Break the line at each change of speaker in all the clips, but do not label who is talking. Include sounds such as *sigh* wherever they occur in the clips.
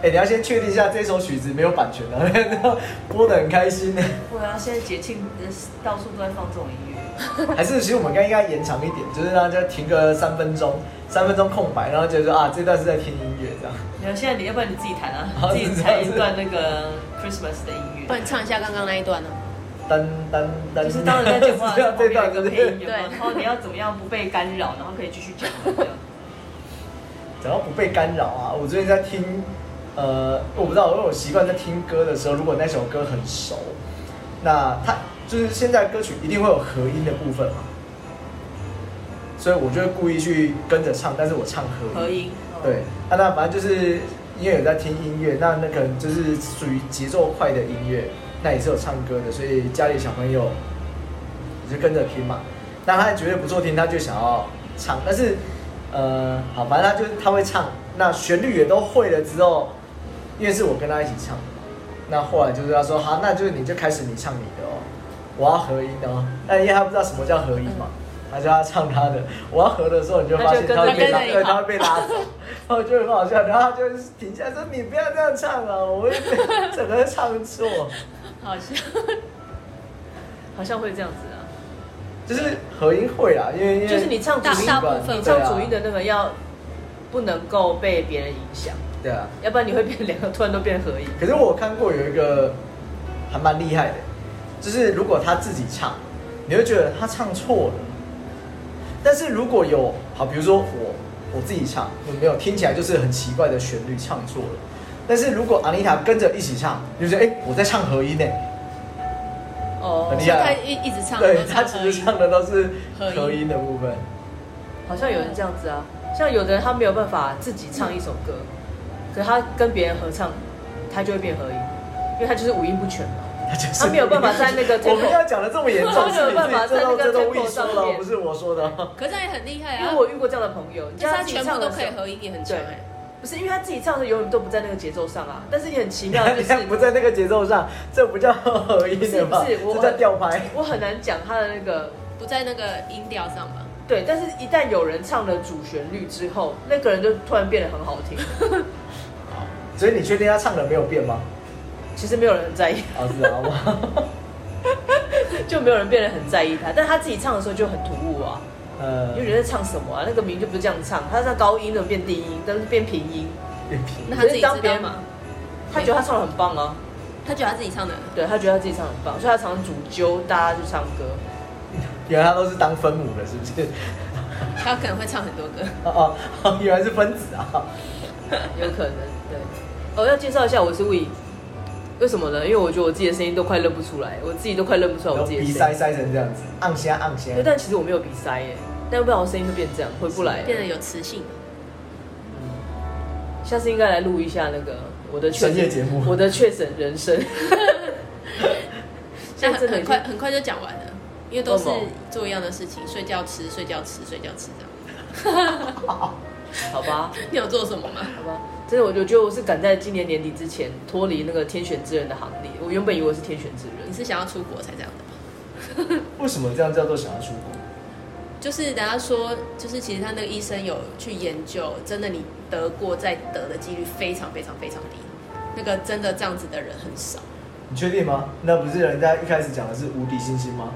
哎、你要先确定一下这首曲子没有版权啊， *laughs* 然后播的很开心呢。啊
不然现在节庆呃到处都在放这种音乐，
还是其实我们刚应该延长一点，就是让大家停个三分钟，三分钟空白，然后觉得说啊，这段是在听音乐这样。
你看现在你要不然你自己弹啊，
好
自己弹一段那个 Christmas 的音
不
乐。
然唱一下刚刚那一段呢、
噔噔噔，
就是当人在
*laughs*
讲话的时候，旁
啊这
边
段
有一
就
个
是
配音有没有
对
然后你要怎么样不被干扰，然后可以继续讲。这样
讲到不被干扰啊，我最近在听，呃，我不知道，因为我习惯在听歌的时候，如果那首歌很熟，那它就是现在歌曲一定会有合音的部分嘛，所以我就会故意去跟着唱，但是我唱合
合
音。
音，哦
对，那那反正就是因为有在听音乐，那那可能就是属于节奏快的音乐，那也是有唱歌的，所以家里小朋友也就跟着听嘛。那他觉得不错听，他就想要唱，但是呃，好，反正他就是他会唱，那旋律也都会了之后，因为是我跟他一起唱，那后来就是他说好，那就是你就开始你唱你的哦，我要合音的哦。那因为他不知道什么叫合音嘛。他叫他唱他的，我要合的时候，你就发现
他就跟
他会被
着
拉，
你
对，他
跑
会被拉
*laughs*
走，然后就很好笑，然后他就停下来说：“你不要这样唱啊，我会被整个唱错。
好像好像会这样子啊，”
就是合音会啦，因为因为
就是你唱主
大
音
大部
吧
分
你
对啊
唱主音的那个要不能够被别人影响，
对啊。
要不然你会变两个突然都变合音。
可是我看过有一个还蛮厉害的，就是如果他自己唱，你会觉得他唱错了。但是如果有好，比如说我我自己唱，有没有听起来就是很奇怪的旋律唱错了？但是如果阿妮塔跟着一起唱，你就觉得哎、我在唱合音呢、
*laughs* 哦
很厉
现
害
在一一直唱，
对
都
他
唱
其
合
实
音。
唱的都是
合音
合音的部分。
好像有人这样子啊，像有的人他没有办法自己唱一首歌，可他跟别人合唱，他就会变合音，因为他就是五音不全嘛。
他就是
他没有办法在那个
*laughs* 我们要讲的这么严重，
*laughs* 他没
是
有
你
办
自
法
己
在
这
那
都
个
这都
tempo
未说
上
了，
面
不是我说的。
可是这样也很厉害
因
啊
为，我遇过这样的朋友，
就是他
自己
全
唱
部
的
都可以
时候
合音，也很强
对
哎、，
不是因为他自己唱的永远都不在那个节奏上啊，但是也很奇
你
妙，
看，
就
你
是
*laughs*
看， *laughs* 不在那个节奏上，这不叫合音的吧？
不是不是我
这叫吊拍。
我很难讲他的那个
不在那个音调上吧？
对，但是一旦有人唱了主旋律之后，那个人就突然变得很好
*laughs*
听，
所以你确定他唱的没有变吗？
其实没有人很在意，
啊，是啊，我
就没有人变得很在意他，但他自己唱的时候就很突兀啊，
*laughs* 呃
你 *laughs* 就觉得在唱什么啊？那个名就不是这样唱，他在高音怎么变低音，但是变平音，
变平
那他自己知道吗？
他觉得他唱的很棒啊，
他觉得他自己唱的，
对他觉得他自己唱得很棒，所以他常常主揪大家去唱 *laughs* 歌。
原来他都是当分母的，是不是？ *laughs*
他可能会唱很多歌。
哦哦，原来是分子啊。
有可能，对。哦，要介绍一下，我是 We，为什么呢？因为我觉得我自己的声音都快认不出来，我自己都快认不出来
然
我
后
自己的
鼻
声
塞
音。
塞成这样子，按下按下
对，。但其实我没有鼻塞耶，但不知道我声音会变这样，回不 *laughs* 来。
变得有磁性，
下次应该来录一下那个我的确诊
深夜节目
我的确诊人 *laughs* 生。
但
现在
很
真的
很
已经哦
快很快就讲完了，因为都是
为什么
做一样的事情，睡觉吃，睡觉吃，睡觉吃这样。
好吧，
你有做什么吗？
好吧，真的，我就觉得我是赶在今年年底之前脱离那个天选之人的行列。我原本以为我是天选之
你
人，
是想要出国才这样的吗？
为什么这样叫做想要出国？
就是人家说，就是其实他那个医生有去研究，真的你得过再得的几率非常非常非常低，那个真的这样子的人很少。
你确定吗？那不是人家一开始讲的是无敌星星吗？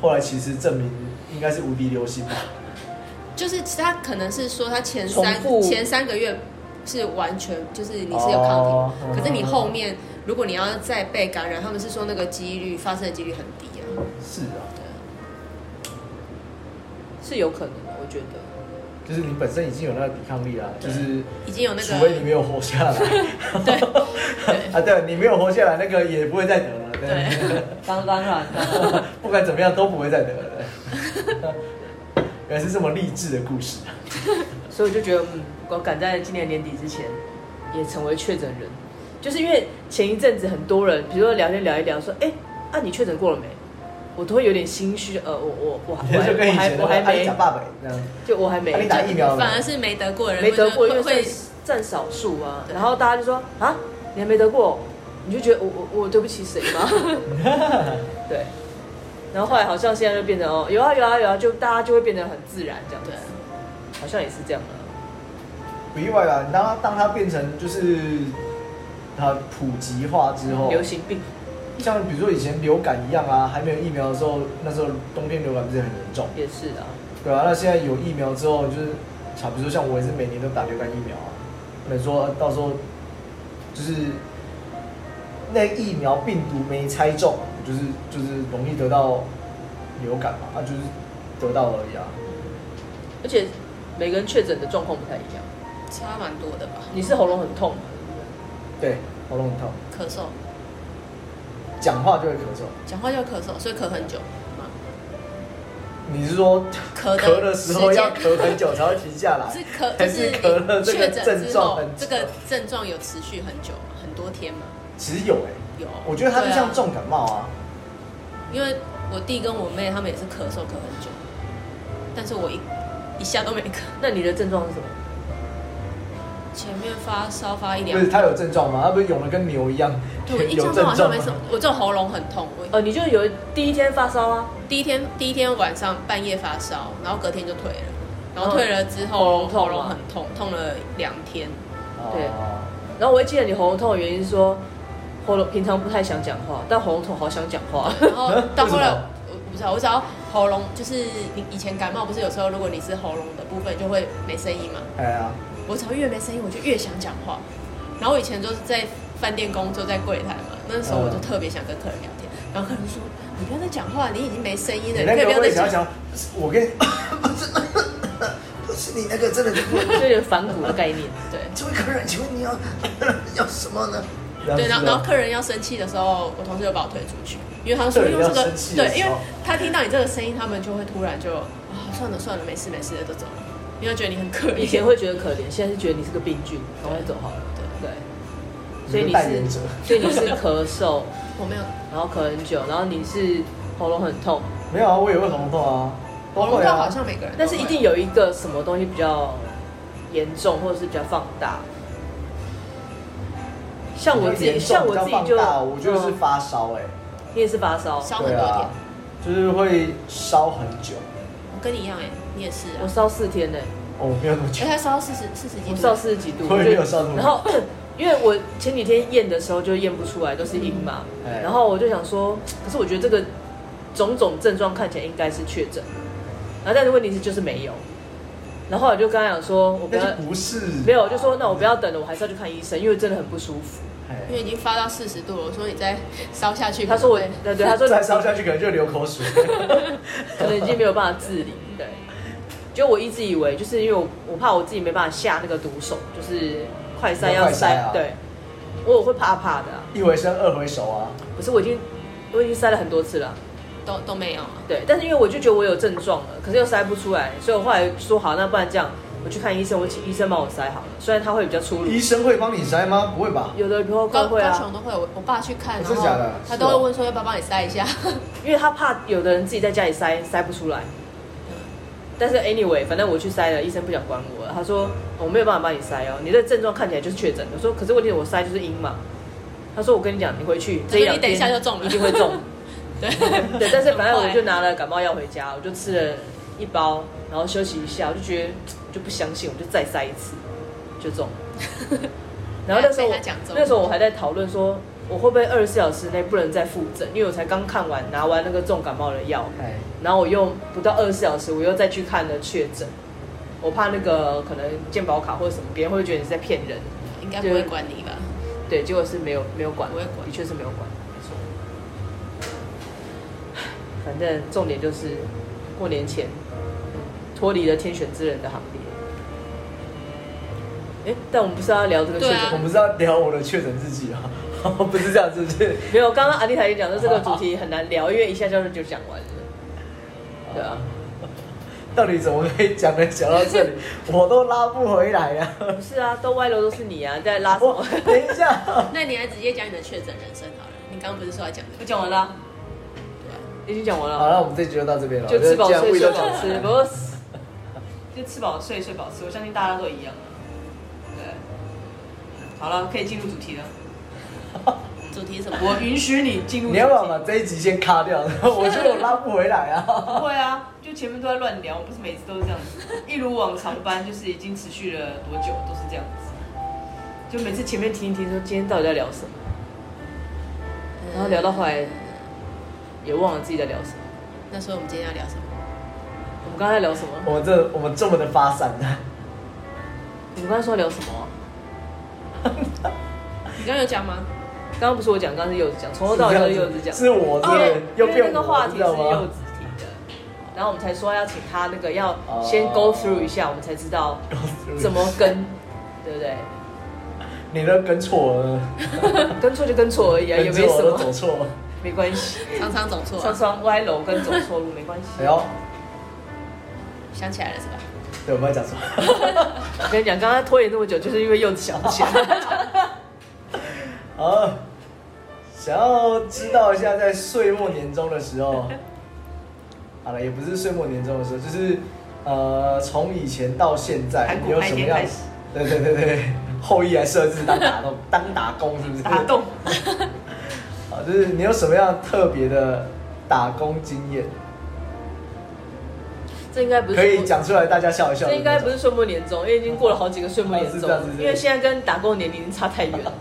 后来其实证明应该是无敌流星吧。
就是他可能是说他前
重
三
复
前三个月是完全就是你是有抗体，
哦
可是你后面如果你要再被感染，他们是说那个几率发生的几率很低啊。
是啊，
是有可能的，我觉得。
就是你本身已经有那个抵抗力啦，啊就是
已经有那
除非你
个
没有活下
*laughs*
来，啊，对你没有活下来，那个也不会再得了，对，
当当然的。
*laughs* 不管怎么样都不会再得了。对原来是这么励志的故事，
*laughs*
啊
所以我就觉得，嗯，我赶在今年年底之前也成为确诊人，就是因为前一阵子很多人，比如说聊天聊一聊，说，哎、啊你确诊过了没？我都会有点心虚，呃，我我我还
*laughs* 就跟以
我还
前啊
我还
阿里
没
打，爸爸那样，
就我还没
阿啊里打疫苗了
*laughs* 反而是没得过的人
没得过，因
会
为
会
算占少数啊。
对
然后大家就说啊，你还没得过，你就觉得我我我对不起谁吗？ *laughs*
*laughs*
对。然后后来好像现在就变成哦，有啊有啊有啊，就大家就会变得很自然这样子
对，
好像也是这样的。啊
不意外啦。你当他当他变成就是它普及化之后，
嗯流行病，
像比如说以前流感一样啊，还没有疫苗的时候，那时候冬天流感不是很严重，
也是啊，
对啊，那现在有疫苗之后，就是像比如说像我也是每年都打流感疫苗啊，那你说呃到时候就是那疫苗病毒没猜中，就是就是容易得到流感嘛，啊就是得到而已啊。
而且每个人确诊的状况不太一样。
差蛮多的吧？
你是喉咙很痛嘛？
对，喉咙很痛，
咳嗽，
讲话就会咳嗽。
讲话就要咳嗽，所以咳很久嘛。
你是说
咳的
咳的时候
时间
要咳很久才会停下来？
*laughs* 是咳，
还
就是是
咳了
你
这个
确诊
症
之
状
后
很久，
这个症状有持续很久吗？很多天吗？
其实有哎、
有，
我觉得它就
对啊
像重感冒啊。
因为我弟跟我妹他们也是咳嗽咳很久，但是我一一下都没咳，
那你的症状是什么？
前面发烧发一
不
两
是，，它有症状吗？它不是涌的跟牛一样，
对我印
有
象中好
症
像
状
没什
吗
么？，我就喉咙很痛，我
呃，你就有第一天发烧啊，
第一天第一天晚上半夜发烧，然后隔天就退了，然后
嗯
退了之后
喉咙痛吗
喉
啊
咙很痛，痛了两天，
对
哦
然后我会记得你喉咙痛的原因是说，喉咙平常不太想讲话，但喉咙痛好想讲话。 *laughs*
然后到后来
*laughs* 为什么
我我不知道，我只要喉咙就是你以前感冒不是有时候如果你是喉咙的部分就会没声音嘛，
哎呀，
我只要越没声音，我就越想讲话。然后我以前就是在饭店工作，在柜台嘛，那时候我就特别想跟客人聊天，然后客人说：“你不要再讲话，你已经没声音
你
了，你
那
可以不
个
要
我
再
也想
讲。”
想，我跟你，不是你那个真的就不
就有点反骨的概念。
对
这位客人，请问你要要什么呢？
对，然后然后客人要生气的时候，我同事就把我推出去，因为他说
客人
用这
要
个
生气的
对，因
时
为
候
他听到你这个声音，他们就会突然就啊、算了算了，没事没事的就走了，因为觉得你很可怜。
以前会觉得可怜，现在是觉得你是个病菌，赶快走好了。
对，
对，所
所
以
以
你
代言
是
者，
所以你是咳嗽，
我没有
然后咳很久，然后你是喉咙很痛，
没有啊，我也会喉咙痛啊，都
喉咙
会
痛，
啊
好，像每个人都会，
但是一定有一个什么东西比较严重，或者是比较放大。像我自己，
比较
像
严重
我自己就
比较，放大我觉得是
嗯
发烧哎，
你也是发烧，
烧很
对
多天
啊，，就是会烧很久，
我跟你一样哎、你也是啊
我，烧四天呢、
哦，我没有那么久
哎，，他烧四十四十几
我
度，
烧四十几度，
我也没有烧那么
然后， *clears throat* 因为我前几天验的时候就验不出来，都是阴嘛。
哎
然后我就想说，可是我觉得这个种种症状看起来应该是确诊，然后但是问题是就是没有。然后我就跟他讲说，我不
那
要
就不是
没有，我就说那我不要等了，我还是要去看医生，因为真的很不舒服。
哎
因为已经发到四十度了，我说你再烧下去，
他说我
可能会
对对，他说
再烧下去可能就流口水，
可能已经没有办法自理。对，就我一直以为，就是因为我我怕我自己没办法下那个毒手，就是快塞要
快塞
塞，
啊
对我我会怕怕的啊、
一回生二回熟啊，
不是我已经我已经塞了很多次了，
都都没有啊。
对，但是因为我就觉得我有症状了，可是又塞不出来，所以我后来说好，那不然这样，我去看医生，我请医生帮我塞好了，虽然他会比较粗鲁，
医生会帮你筛吗？不会吧？
有的朋友
高
会
高
啊
雄，都会，我我爸去看，然
真的假的
后他都
是哦
会问说要不要帮你塞一下。 *laughs*
因为他怕有的人自己在家里塞塞不出来。但是 anyway，反正我去塞了，医生不想管我，他说我没有办法帮你塞哦，你的症状看起来就是确诊。我说可是问题我塞就是阴嘛，他说我跟你讲，你回去这一两
你等一下就
天
中了
一定会中。
对
对，但是反正
很
我
坏
就
*laughs*
拿了感冒药回家，我就吃了一包，然后休息一下，我就觉得就不相信，我就再塞一次，就
*laughs*
中了。然后那时候我
被他讲中
那时候我还在讨论说，我会不会二十四小时内不能再复诊，因为我才刚看完拿完那个重感冒的药，
哎，
然后我又不到二十四小时，我又再去看了确诊，我怕那个可能健保卡或者什么，别人会觉得你是在骗人。
应该不会管你吧？
对，结果是没有没有管，
不会管
的确是没有管，没错。
*laughs*
唉反正重点就是过年前脱离了天选之人的行列。哎，但我们不是要聊这个确
对
诊？
啊
我们是要聊我的确诊日记啊， *laughs* 不是这样，是不是？
没有，刚刚阿丽塔也讲说这个主题很难聊，因为一下就就讲完了。对啊，
嗯
到底怎么可以讲的讲到这里，
*laughs*
我都拉不回来呀、
不是啊，都歪楼都是你啊，你在拉什
*laughs* 我
么？
等一下，
那你来直接讲你的确诊人生好了。你刚刚不是说要讲这
我
个？
讲完了啊，已经讲完了。
好了，我们这集就到啊这边了。
就吃饱
既然
睡，
味
睡
道
饱
讲出
吃，
来
不过是就吃饱睡，睡饱吃，我相信大家都一样。对，好了，可以进入主题了。
主题是什么？
我允许你进入主题。
*laughs* 你要不要把这一集先卡掉？ *laughs* 我觉得我拉不回来啊。 *laughs*
不会啊，就前面都在乱聊，我不是每次都是这样子，一如往常般，就是已经持续了多久都是这样子。就每次前面听一听，说今天到底在聊什么，然后聊到后来也忘了自己在聊什么。
嗯那所以我们今天要聊什么？
我们刚才在聊什么？
我们这我们这么的发散啊的，
你们刚才说聊什么啊、
你刚刚有讲吗？
刚刚不是 *laughs* 我讲，刚刚是柚子讲，从头到尾都是柚子
*laughs*
讲。
是我这
因为
个哦又
因为那
变
个
我，
话
你
题
知
是
道 *laughs* 吗？
柚
哦
子提的，然后我们才说要请他那个要
哦
先 go through 一下，我们才知道
嗯
怎么跟，对不对？ *laughs*
你都跟错了，
跟错就跟错而已啊，也
跟
没
错
什
了走
么，
错了。
没关系，
常常走错、
常
啊，
常歪楼跟走错路没关系。
哎呦，
想起来了是吧？
对，我们要讲什么？
我跟你讲，刚刚拖延那么久，就是因为柚子想不起
*laughs*
来。
*laughs* 好，想要知道一下，在岁末年终的时候， *laughs* 好了，也不是岁末年终的时候，就是呃，从以前到现在
盘，古
你有什么样
开天开始？
对对对对，后羿来设置当打
*laughs*
工，当打工是不是？
打洞，
好，就是你有什么样特别的打工经验，
这应该不是
可以讲出来，大家笑一笑的那
这
种。
应该不是岁末年终，因为已经过了好几个岁末年终
哦是这样，子
因为现在跟打工年龄差太远了，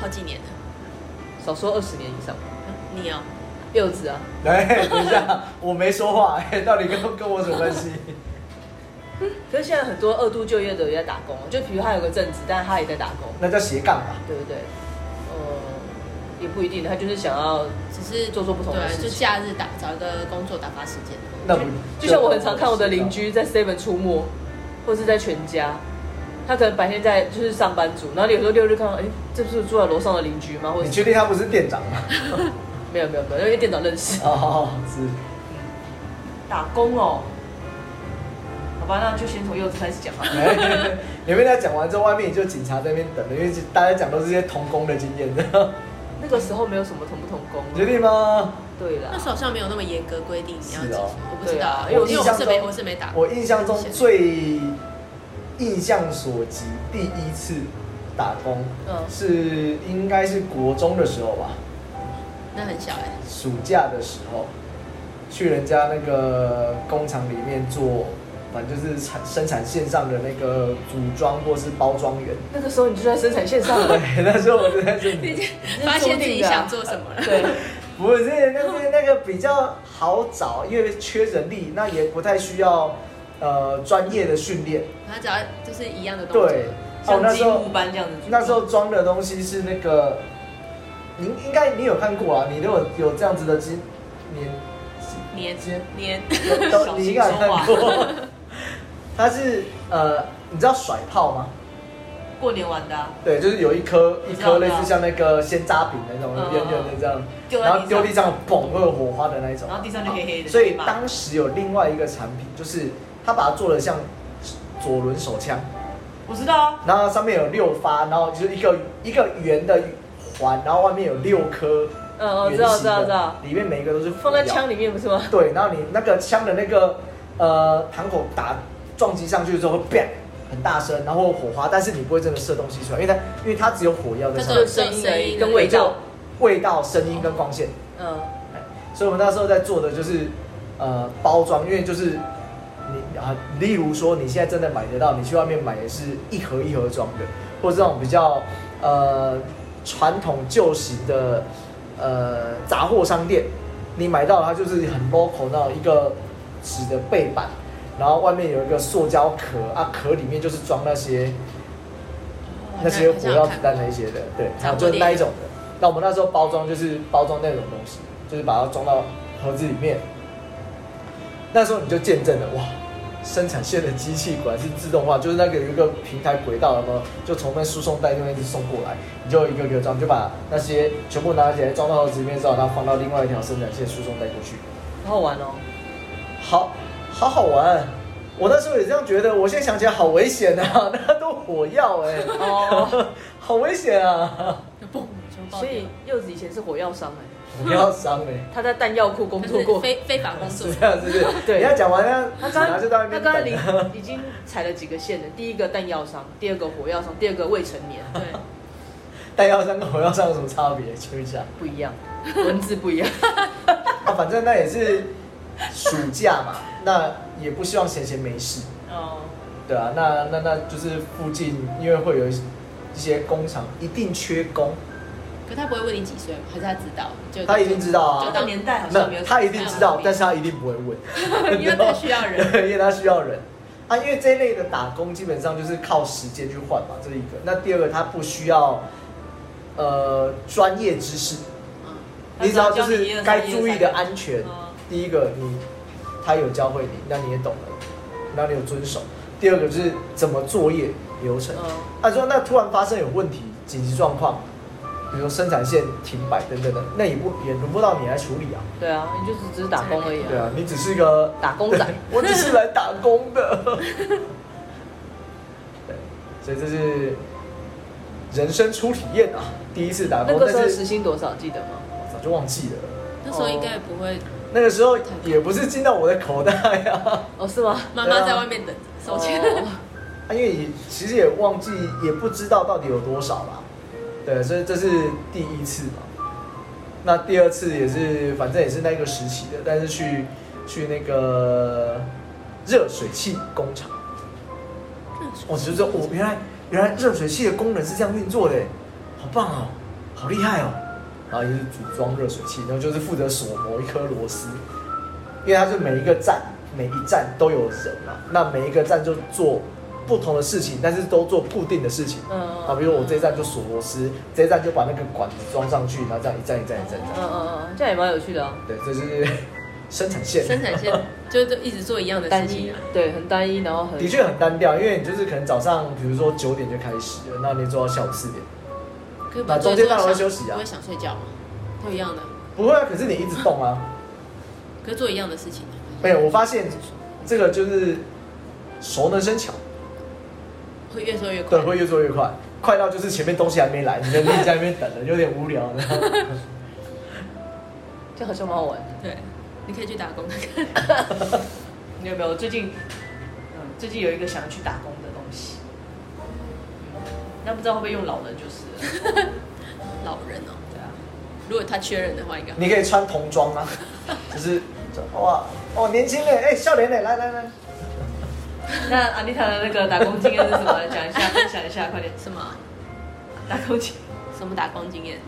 好几年了，
少说二十年以上。
嗯你哦，
柚子啊，
哎，等一下，我没说话，哎，到底跟跟我什么关
*laughs*
系？
可是现在很多二度就业的也在打工，就比如他有个正职，但他也在打工，
那叫斜杠吧。
对不对？呃，也不一定，他就是想要，
只是
做做不同的
对啊
事情
就假日打找一个工作打发时间。
那不
就像我很常看我的邻，居在 Seven 出没，或是在全家，他可能白天在就是上班族，然后有时候六日看到，哎，这不是住在楼上的邻居吗？或者
你确定他不是店长
*laughs*
吗？
没有没有没有，因为店长认识。
哦，是。
*laughs* 打工哦，好吧，那就先从柚子开始讲吧。 *laughs*
哎， *laughs* 你们俩讲完之后，外面也就警察在那边等了，因为大家讲都是一些童工的经验，
嗯
那个时候没有什么同不同工啊，
你确定吗？
对啦
那时，候好像没有那么严格规定你要几
是
天，
哦
我不知
对
道
啊
啊，因为我
我印
因为我
象
是没
中
我是没打过。
我印象中最印象所及第一次打工，
嗯
是应该是国中的时候吧，
那很小哎、
暑假的时候，去人家那个工厂里面做，反正就是产生产线上的那个组装或是包装员。
那个时候你就在生产线上 *laughs* 了。
对，那时候我就在这里。
发现自己想做什么了。
啊
啊
对，
不是，那是那个比较好找，因为缺人力，那也不太需要呃专业的训练。
他只要就是一样的动作，
对，哦，
像
那
积
时候
木班这样子去。
那时候装的东西是那个，您应该你有看过啊，你都有有这样子的经，你
粘粘，
都
小
你应
心
该有
说
看
话。
过。 *laughs* 它是呃，你知道甩炮吗？
过年玩的啊，
对，就是有一颗一
我知道
颗类似像那个鲜渣饼的那种
嗯
圆圆的这样，
丢在
然后
地
丢
上
地上嘣会有火花的那一种
然。后地上就黑黑的。
所以
嘛
当时有另外一个产品，就是他把它做的像左轮手枪，
我知道啊，
然后上面有六发，然后就是一个一个圆的环，然后外面有六颗
嗯，我
圆
知道，
形
知道，知
的
道，，
里面每一个都是
放在
火药
枪里面不是吗？
对，然后你那个枪的那个呃膛口打撞击上去之后会 b 很大声，然后会有火花，但是你不会真的射东西出来，因为它因为它只有火药在
它
上
只有
面，
声音而已
跟味道。
味道、声音跟光线。
嗯，
哎所以我们那时候在做的就是呃包装，因为就是你啊，例如说你现在真的买得到，你去外面买也是一盒一盒装的，或者这种比较呃传统旧型的呃杂货商店，你买到它就是很 local 那种一个纸的背板，然后外面有一个塑胶壳啊，壳里面就是装那些 *laughs*
哦
那些火药子弹那一些的，对，
差不多
就是那一种的。那我们那时候包装就是包装那种东西，就是把它装到盒子里面。那时候你就见证了哇，生产线的机器果然是自动化，就是那个有一个平台轨道，那么就从那输送带那边一直送过来，你就一个一个装，就把那些全部拿起来装到盒子里面之后，然后放到另外一条生产线输送带过去。
好好玩哦。
好，好好玩。我那时候也这样觉得，我现在想起来好危险啊， *laughs* 那都火药哎、
*laughs* 哦，
好危险啊！
就嘣，全部爆
所
掉
以。柚子以前是火药商哎，
不要伤哎、
他在弹药库工
就
作
是
过。
非非法工作
*laughs* 是，这啊样，是不是？
*laughs* 对
你要讲完了，
他
警察
刚
就在那
他
边
刚才
等啊
已
*laughs* 了。
*laughs* 已经踩了几个线了，第一个弹药商，第二个火药商，第二个未成年，
对，
弹药商跟火药商有什么差别？请问一
*laughs*
下。
不一样，文字不一样。
啊，反正那也是暑假嘛，那也不希望闲闲没事，
哦，
对啊，那那那就是附近因为会有一些一些工厂一定缺工，
可他不会问你几岁吗？还是他知道？就
他一定知道啊
就到年代好
没
像没有
有，他一定知道，但是他一定不会问，
*laughs* 因为他需要
*laughs*
人。
对因为他需要人。啊，因为这一类的打工基本上就是靠时间去换嘛，这是一个。那第二个，他不需要呃专业知识，
嗯
你只要就是该注意的
安。
安全
哦。
嗯
第一个，你他有教会你，那你也懂了，那你有遵守。第二个就是怎么作业流程。
嗯，
他说那突然发生有问题，紧急状况，比如说生产线停摆等等的，那也不也轮不到你来处理啊。
对啊，你就是只是打工而已
对
啊，
啊，你只是个
打工仔
对 *laughs* 我只是来打工的。
*laughs*
对，所以这是人生初体验啊，第一次打
那
工，
个时候
但
时
是
薪多少记得吗？
早就忘记了。
那时候应该也不会，
那个时候也不是进到我的口袋啊，
哦，是吗？
妈妈在外面等着收钱。
哦
啊因为也其实也忘记，也不知道到底有多少啦。对，所以这是第一次嘛。那第二次也是，反正也是那个时期的，但是去去那个热水器工厂，我只是我原来原来热水器的功能是这样运作的，好棒哦，好厉害哦。然后也是组装热水器，然后就是负责锁某一颗螺丝，因为它是每一个站每一站都有人嘛，那每一个站就做不同的事情，但是都做固定的事情。
嗯
啊，比如我这一站就锁螺丝，这一站就把那个管子装上去，然后这样一站一站一站一
嗯
站。
嗯嗯，这样也蛮有趣的啊，
对，这是生产线。
生产线就就一直做一样的事
单
情
一
啊。，
对，很单一，然后很
的确很单调，因为你就是可能早上，比如说九点就开始了，那你做到下午四点。
可以
那中间当然会休息啊
不会想睡觉吗？都一样的，
不会啊，可是你一直动啊。
可是做一样的事情啊。
没有，我发现这个就是熟能生巧，
会越做越快
对，。会越做越快，快到就是前面东西还没来，你在你在那边等了，有点无聊的。
这好像蛮好玩的。
对，你可以去打工 *laughs* 看看。
你有没有最近，嗯，最近有一个想要去打工的东西，但不知道会不会用老人就是了，
老人哦，
对 *laughs* 啊，
如果他缺人的话，应该
你可以穿童装
*laughs*
啊，就是哇哦，年轻哎哎，笑脸哎，来来来，
那安妮塔的那个打工经验是什么？讲一下，分享一下，快点。
什么啊
打工经，
什么打工经验？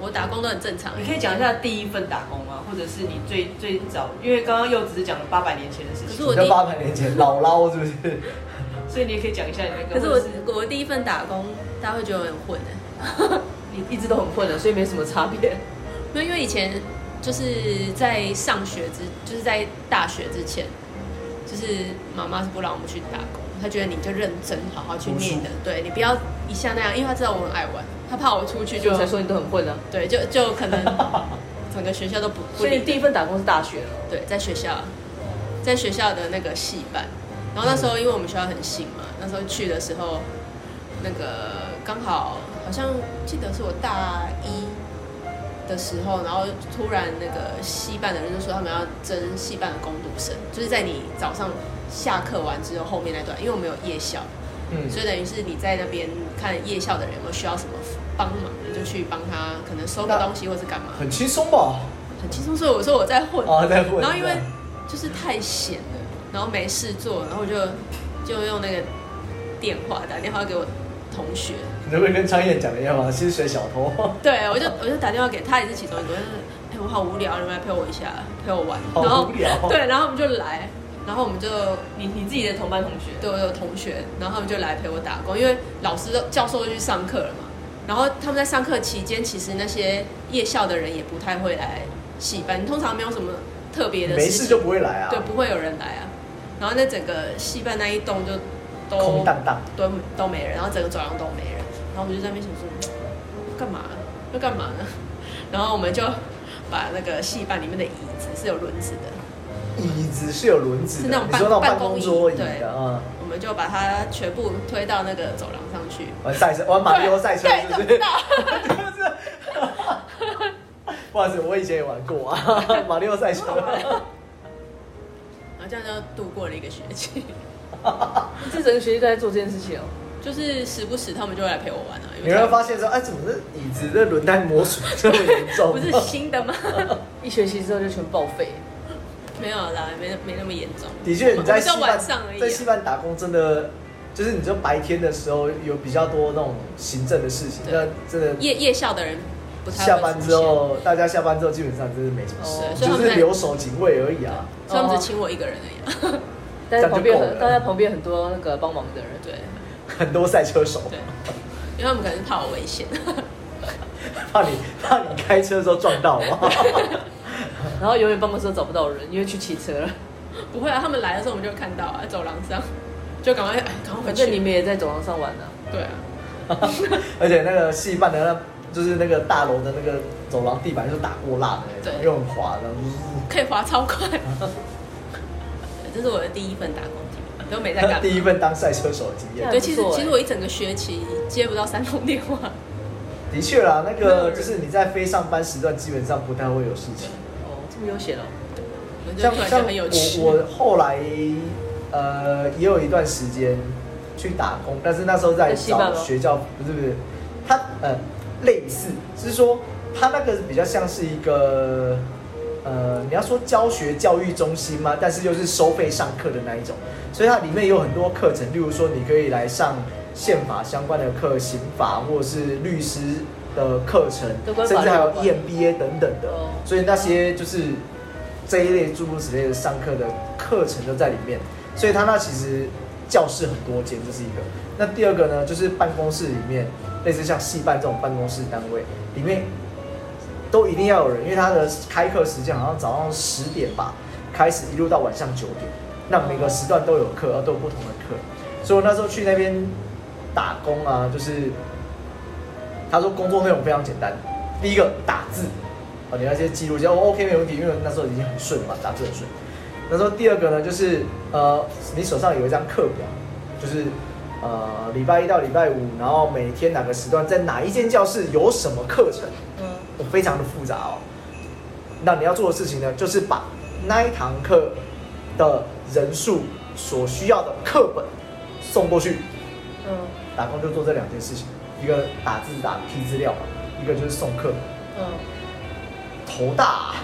我打工都很正常欸。
你可以讲一下第一份打工吗？或者是你最最早，因为刚刚又只是讲了八百年前的事
可是
情，
我
你
第
跟
一
八百年前姥姥是不
*laughs*
是？
所以你也可以讲一下你那个。
可是
或者
我我第一份打工，大家会觉得我很混哎、
你一直都很混啊的，所以没什么差别。
没有，因为以前就是在上学之，就是在大学之前，就是妈妈是不让我们去打工，她觉得你就认真好好去念的，对你不要一下那样，因为她知道我很爱玩，她怕我出去
所以
就
我才说你都很混啊。
对，就就可能
嗯
整个学校都不不
所以
理
你第一份打工是大学了，
对，在学校，在学校的那个戏班，然后那时候因为我们学校很新嘛，那时候去的时候，那个刚好好像记得是我大一的时候，然后突然那个戏班的人就说他们要争戏班的攻读生，就是在你早上下课完之后后面那段，因为我们有夜校，
嗯，
所以等于是你在那边看夜校的人有没有需要什么帮忙，你就去帮他可能收个东西或是干嘛，
很轻松吧？
很轻松。所以我说我在混。
啊，在问。
然后因为就是太闲了，然后没事做，然后就就用那个电话打电话给我同学，
你会不会跟张燕讲哎的一样吗？薪水小偷。
对我就
哦
我就打电话给他也是其中一个，我就说哎、我好无聊，你们来陪我一下，陪我玩，
好
然后
无聊
对，然后我们就来，然后我们就
你你自己的同班同学，
对我有同学，然后他们就来陪我打工，因为老师都教授就去上课了嘛。然后他们在上课期间，其实那些夜校的人也不太会来戏班，通常没有什么特别的
没
事
事
情
就不会来啊，
对，不会有人来啊。然后那整个戏班那一栋就都
空荡荡。
都都没人，然后整个走廊都没人，然后我们就在那边想说，嘖干嘛要干嘛呢？ *laughs* 然后我们就把那个戏班里面的椅子是有轮子的，
椅子是有轮子的，
是那种
你
办
说那种办
办公
公
椅
桌椅
对
的啊，
我们就把它全部推到那个走廊上去。 *laughs*
玩赛车，玩马里奥赛车
对
是不是？ *laughs*
对到
不好意思，我以前也玩过
*laughs*
啊，马里奥赛车。
然后这样就度过了一个学期， *laughs*
你这整个学期都在做这件事情哦。
就是时不时他们就会来陪我玩啊。因
你
为
会
他们
发现说，哎，怎么这椅子这轮胎磨损这么严重？
*laughs* 不是新的吗？
一学期之后就全报废。
没有啦，没没那么严重。
的确，你在
我们
西
就
半
晚上而已啊
在西半打工真的就是你就白天的时候有比较多那种行政的事情，那
对
真的
夜夜校的人不太会
下班
出
之
现，
后，大家下班之后基本上真的没什么事
哦，
所以
就
他们
是
在
留守警卫而已啊。
所以他们只请我一个人而已啊。 *laughs*
但是旁边
这样就够
很，
了
但是旁边很多那个帮忙的人，
对
很多赛车手
对，因为他们可能是怕我危险。 *laughs*
怕你怕你开车的时候撞到
*laughs*
嘛。嗯
然后永远办公室都找不到人，因为去骑车了。
不会啊，他们来的时候我们就看到啊，走廊上就赶快哎，赶快回
反
去。
正你们也在走廊上玩呢、
对啊，
而且那个戏办的那，就是那个大楼的那个走廊地板就打过蜡的那种，
对
又很滑的。呜
可以滑超快。 *laughs* 这是我的第一份打工经历，都没在干嘛。
第一份当赛车手的经验，
还
对，
不
其实
错欸
其实我一整个学期接不到三通电话，
的确啦，那
没有
个
人
就是你在非上班时段基本上不太会有事情。
哦，这么悠闲哦。
我们就
像
突然
像
就很有趣。
我我后来呃也有一段时间去打工，但是那时候在
在戏班
找
吗
学校，不是不是，他呃类似，是说他那个比较像是一个呃你要说教学教育中心嘛，但是又是收费上课的那一种，所以它里面有很多课程，例如说你可以来上宪法相关的课、刑法或者是律师的课程
都，跟
甚
法律
至还有
有关
EMBA 等等的
哦，
所以那些就是这一类诸如此类的上课的课程都在里面，所以它那其实教室很多间，这是一个。那第二个呢，就是办公室里面，类似像系办这种办公室单位里面，都一定要有人，因为它的开课时间好像早上十点吧，开始一路到晚上九点，那每个时段都有课，都有不同的课。所以我那时候去那边打工啊，就是他说工作内容非常简单，第一个打字，哦，你那些记录一下，哦，OK 没问题，因为那时候已经很顺了嘛，打字很顺。那时候第二个呢，就是呃，你手上有一张课表，就是呃礼拜一到礼拜五，然后每天哪个时段在哪一间教室有什么课程，
嗯，
哦非常的复杂哦。那你要做的事情呢，就是把那一堂课的人数所需要的课本送过去，
嗯
打工就做这两件事情，一个打字打批资料嘛，一个就是送课。
嗯，
头大、啊，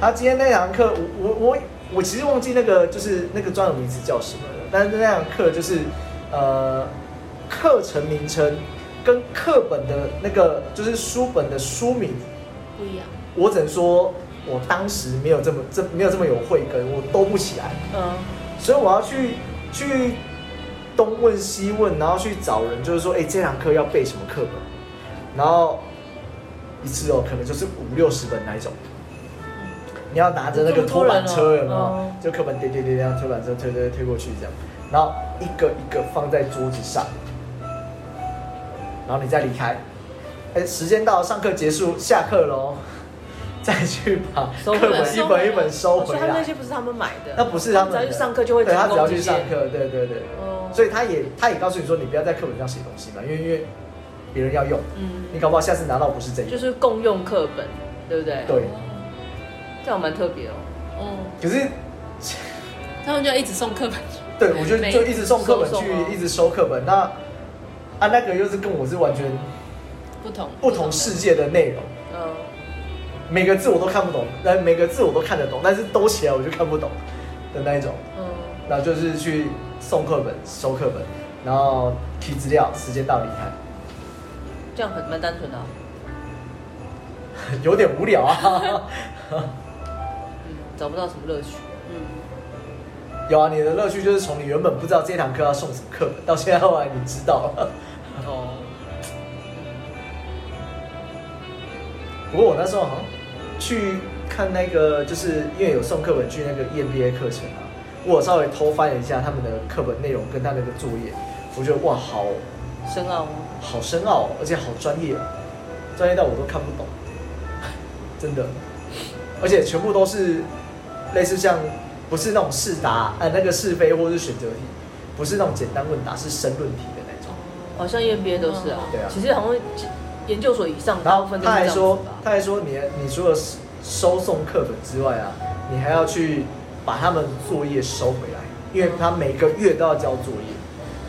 他今天那堂课，我我我我其实忘记那个就是那个专有名词叫什么了，但是那堂课就是呃课程名称跟课本的那个就是书本的书名
不一样，
我只能说，我当时没有这么这没有这么有慧根，我兜不起来，
嗯，
所以我要去去东问西问，然后去找人，就是说，哎、这堂课要背什么课本，然后一次哦，可能就是五六十本那一种。你要拿着那个拖板车有没
这么多人哦
有？就课本叠叠叠这样，拖板车推推推过去这样，然后一个一个放在桌子上，然后你再离开。哎，时间到了，上课结束，下课喽，再去把
收
课
回来哦
本一本一本收
所
回
以他们那
来。
些不是他们买的，
那不是他们
只
的
要去上课就会
对他
提
只
供
要
这
去
些
上课，对对对。
哦
所以他也他也告诉你说，你不要在课本上写东西嘛，因为因为别人要用，
嗯，
你搞不好下次拿到不是这一
就
本。
是共用课本，对不对？，
对，
这样蛮特别哦。
哦，
可是
他们就一直送课本去，
对我就
每
就一直送课本
送
去
哦，
一直收课本。那啊，那个又是跟我是完全
不同
不同世，界的内容，
嗯，
每个字我都看不懂，但每个字我都看得懂，但是兜起来我就看不懂的那一种。
嗯，
然后就是去送课本、收课本，然后提资料，时间到离开。
这样很蛮单纯的啊、
*laughs* 有点无聊啊。
嗯，找不到什么乐趣。
嗯，
有啊，你的乐趣就是从你原本不知道这堂课要送什么课本，到现在后来你知道了。 *laughs*
哦，
不过我那时候好像去看那个，就是因为有送课本去那个 E EMBA 课程啊，我有稍微偷翻了一下他们的课本内容跟他那个作业，我觉得哇，好
深奥吗？
好深奥、哦，而且好专业、哦，专业到我都看不懂， *laughs* 真的。而且全部都是类似像不是那种是答呃那个是非或是选择题，不是那种简单问答，是申论题的那种。
好像 EMBA 都是啊。
对啊
其实好像研究所以上
然
大部
后
分都
他
是这
还
样子
说，
吧。
他还说你你除了收送课本之外啊，你还要去把他们作业收回来，因为他每个月都要交作业，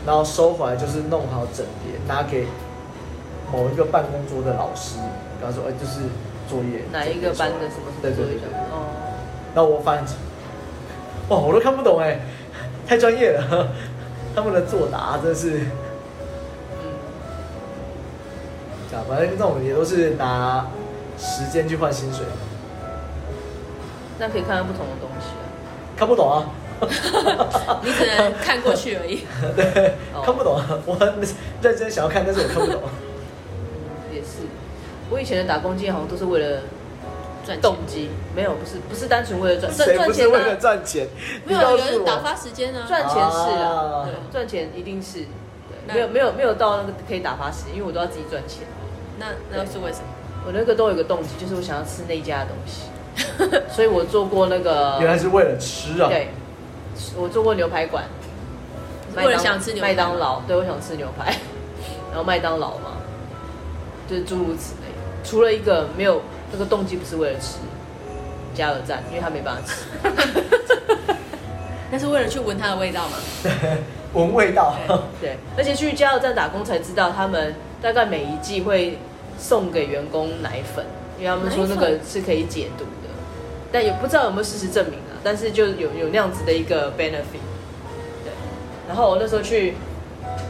然后收回来就是弄好整叠，拿给某一个办公桌的老师，跟他说，哎、就是作业
哪一个班的什么什
对对
么作
对
业
对
这样。哦，
然后我翻，哇，我都看不懂哎、太专业了。 *laughs* 他们的作答真是，
嗯，
对啊，反正这种也都是拿时间去换薪水，
那可以看到不同的东西啊。
看不懂啊，
*laughs* 你只能看过去而已。
对，
哦
看不懂啊，我很认真想要看，但是我看不懂。
也是，我以前的打工经验好像都是为了
赚钱
动机，没有，不是不是单纯为了 *laughs* 赚赚
谁
赚
不是
钱
为了
啊，
赚钱？
没
你告
有，有
诉
人
我
打发时间啊。
赚钱是
啊
啊，对赚钱一定是，
那
对没有没有没有到那个可以打发时间，因为我都要自己赚钱，
那那又是为什么？
我那个都有一个动机，就是我想要吃那一家的东
*laughs*
西，所以我做过那个，
原来是为了吃啊！
对，我做过牛排馆，
为了想吃牛排
麦当劳，对我想吃牛排，然后麦当劳嘛，就是诸如此类。除了一个没有那个动机，不是为了吃，加油站，因为他没办法吃。
*laughs* 那是为了去闻它的味道吗？
闻味道， *laughs*
对，而且去加油站打工才知道，他们大概每一季会送给员工奶粉，因为他们说那
奶
个
粉
是可以解毒的，但也不知道有没有事实证明啊。但是就有有那样子的一个 benefit。对，然后我那时候去，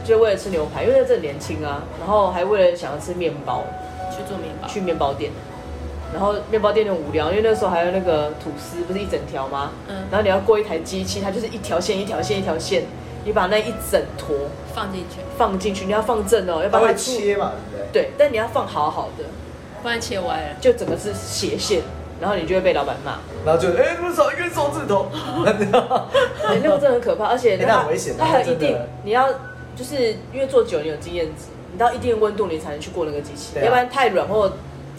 就为了吃牛排，因为在这里年轻啊，然后还为了想要吃面包，
去做面包，
去面包店。然后面包店就很无聊，因为那时候还有那个吐司，不是一整条吗？
嗯
然后你要过一台机器，它就是一条线一条线一条线，你把那一整坨
放进去，
放进去，你要放正哦，要
它
不然它
会
出
切嘛，对不对？
对，但你要放好好的，
不然切歪了。
就整个是斜线，然后你就会被老板
*laughs*
骂。
然后就哎，多少一根手指
*laughs*
头， *laughs*
对，那个真的很可怕，而
欸
且它
那很危险
它还有一
真的
定，你要就是因为做久你有经验值，你到一定的温度你才能去过那个机器，
对啊
要不然太软或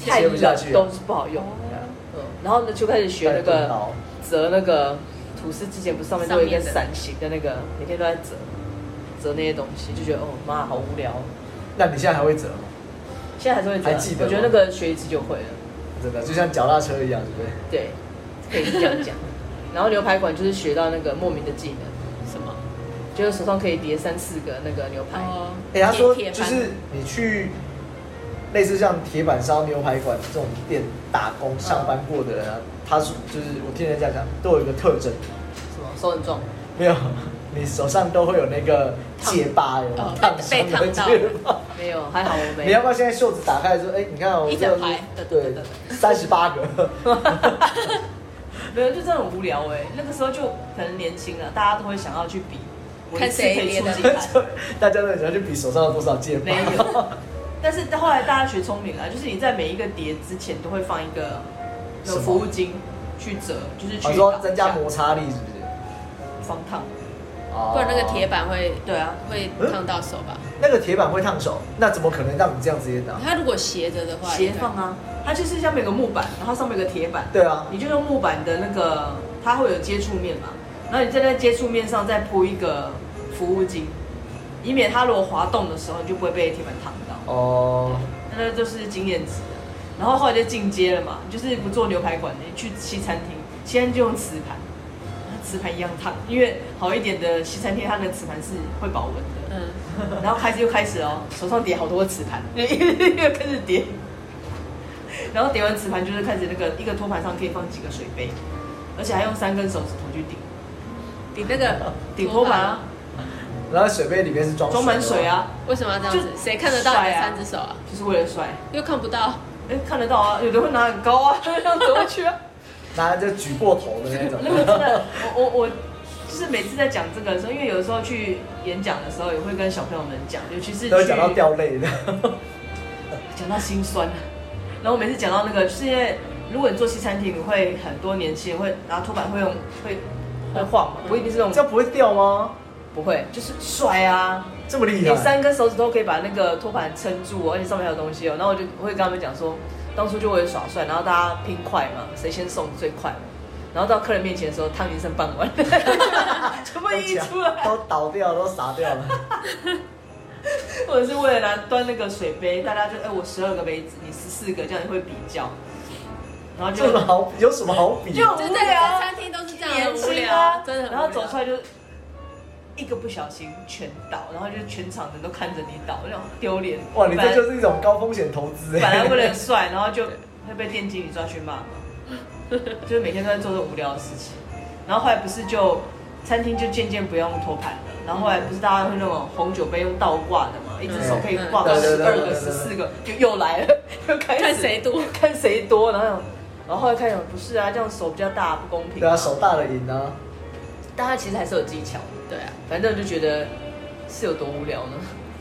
太
切不下
冷
去啊
都是不好用。嗯，然后呢就开始学那
太
个
钝刀
折那个吐司，之前不是上面都有一根伞形的那个，每天都在折折那些东西，就觉得哦妈好无聊。
那你现在还会折吗？
现在还是会折，啊
还记得
我觉得
吗
那个学一次就会了。
真的，就像脚踏车一样，对
*laughs*
不对？
对，可以这样 *laughs* 讲。然后牛排馆就是学到那个莫名的技能，
什么？
就是手上可以叠三四个那个牛排。
哦，
哎、他说
铁铁
就
盘
是你去类似像铁板烧、牛排馆这种店打工上班过的人啊，他是就是我听人家讲，都有一个特征，
什么手很重？
没有，你手上都会有那个戒疤，有没有
哦
烫
被
伤的
被烫到
戒
哦
疤。
没有，还好我没
你要
有
不。要现在袖子打开说，哎、你看我
一
这
整排
个
对对
对
对，
三十八个，
没有，就真的很无聊哎、那个时候就可能年轻了，大家都会想要去比，我
看
一次
谁
可以
叠
出
得
几
厉
盘
害。
大家都很喜欢去比手上有多少
*laughs*
戒疤。
没有，但是后来大家学聪明了，就是你在每一个碟之前都会放一个那
什
个
么
服务巾去折，就是去
我说
挡
增加
一下
摩擦力是不是？
防烫。
哦
不然那个铁板会
对啊，
会烫到手吧？
嗯
那个铁板会烫手，那怎么可能让你这样直接拿？
它如果斜着的话，
斜放啊，它就是下面有个木板，然后上面有个铁板，
对啊，
你就用木板的那个，它会有接触面嘛，然后你在那接触面上再铺一个服务巾，以免它如果滑动的时候，你就不会被铁板烫到。
哦，
那就是经验值的。然后后来就进阶了嘛，就是不做牛排馆，你去西餐厅，西餐就用瓷盘，瓷盘一样烫，因为好一点的西餐厅它那个瓷盘是会保温的。
嗯，
然后开始又开始哦，手上叠好多个磁盘， *laughs* 又开始叠，然后叠完磁盘就是开始那个一个托盘上可以放几个水杯，而且还用三根手指头去顶
顶那个
顶托盘啊，，
然后水杯里面是装
装满
的
水，啊，
为什么要这样子
就？
谁看得到你
帅
的
啊
三只手啊？
就是为了帅。
又看不到，
哎，看得到啊，有的会拿很高啊， *laughs* 这样走过去啊。
拿着举过头的那种
那。个真的，我我我就是每次在讲这个的时候，因为有时候去演讲的时候也会跟小朋友们讲，尤其是
都会
去
讲到掉泪的， *laughs*
讲到心酸了。然后每次讲到那个，就是因为如果你做西餐厅，你会很多年轻人会拿托板会用会会晃嘛，不一定是那
这
种
样不会掉吗？
不会，就是甩啊，
这么厉
你
害？
三根手指头可以把那个托盘撑住哦，而且上面还有东西哦。然后我就会跟他们讲说，当初就为了耍帅，然后大家拼快嘛，谁先送最快嘛。然后到客人面前的时候，烫一身半碗，
*laughs*
全部溢出来。
都倒掉，都洒掉
*laughs*
了。
或者是为了拿端那个水杯，大家就哎、我十二个杯子，你十四个，这样你会比较，然后
这有什
就
么好？有什么好比？
就
就
很无
那个
聊，
餐厅都是这样，
年
很无
轻
聊
啊，，
真的很无聊。
然后走出来就一个不小心全倒，然后就全场人都看着你倒，那种丢脸。
哇，你
本
这
来
就是一种高风险投资
本
哎
来。
*laughs*
为了帅，然后就会被店经理抓去骂嘛， *laughs* 就是每天都在做这种无聊的事情。然后后来不是就餐厅就渐渐不用托盘了，然后后来不是大家会那种红酒杯用倒挂的嘛，一只手可以挂到
嗯对
十
对
二
对
个、
对
十
对
四个，就又来了，又开始
看谁多，
看谁多，然后想然后后来看想不是啊，这样手比较大不公平、
对啊，手，大了赢啊，
但他其实还是有技巧的，
对啊，
反正我就觉得是有多无 *laughs* 聊呢。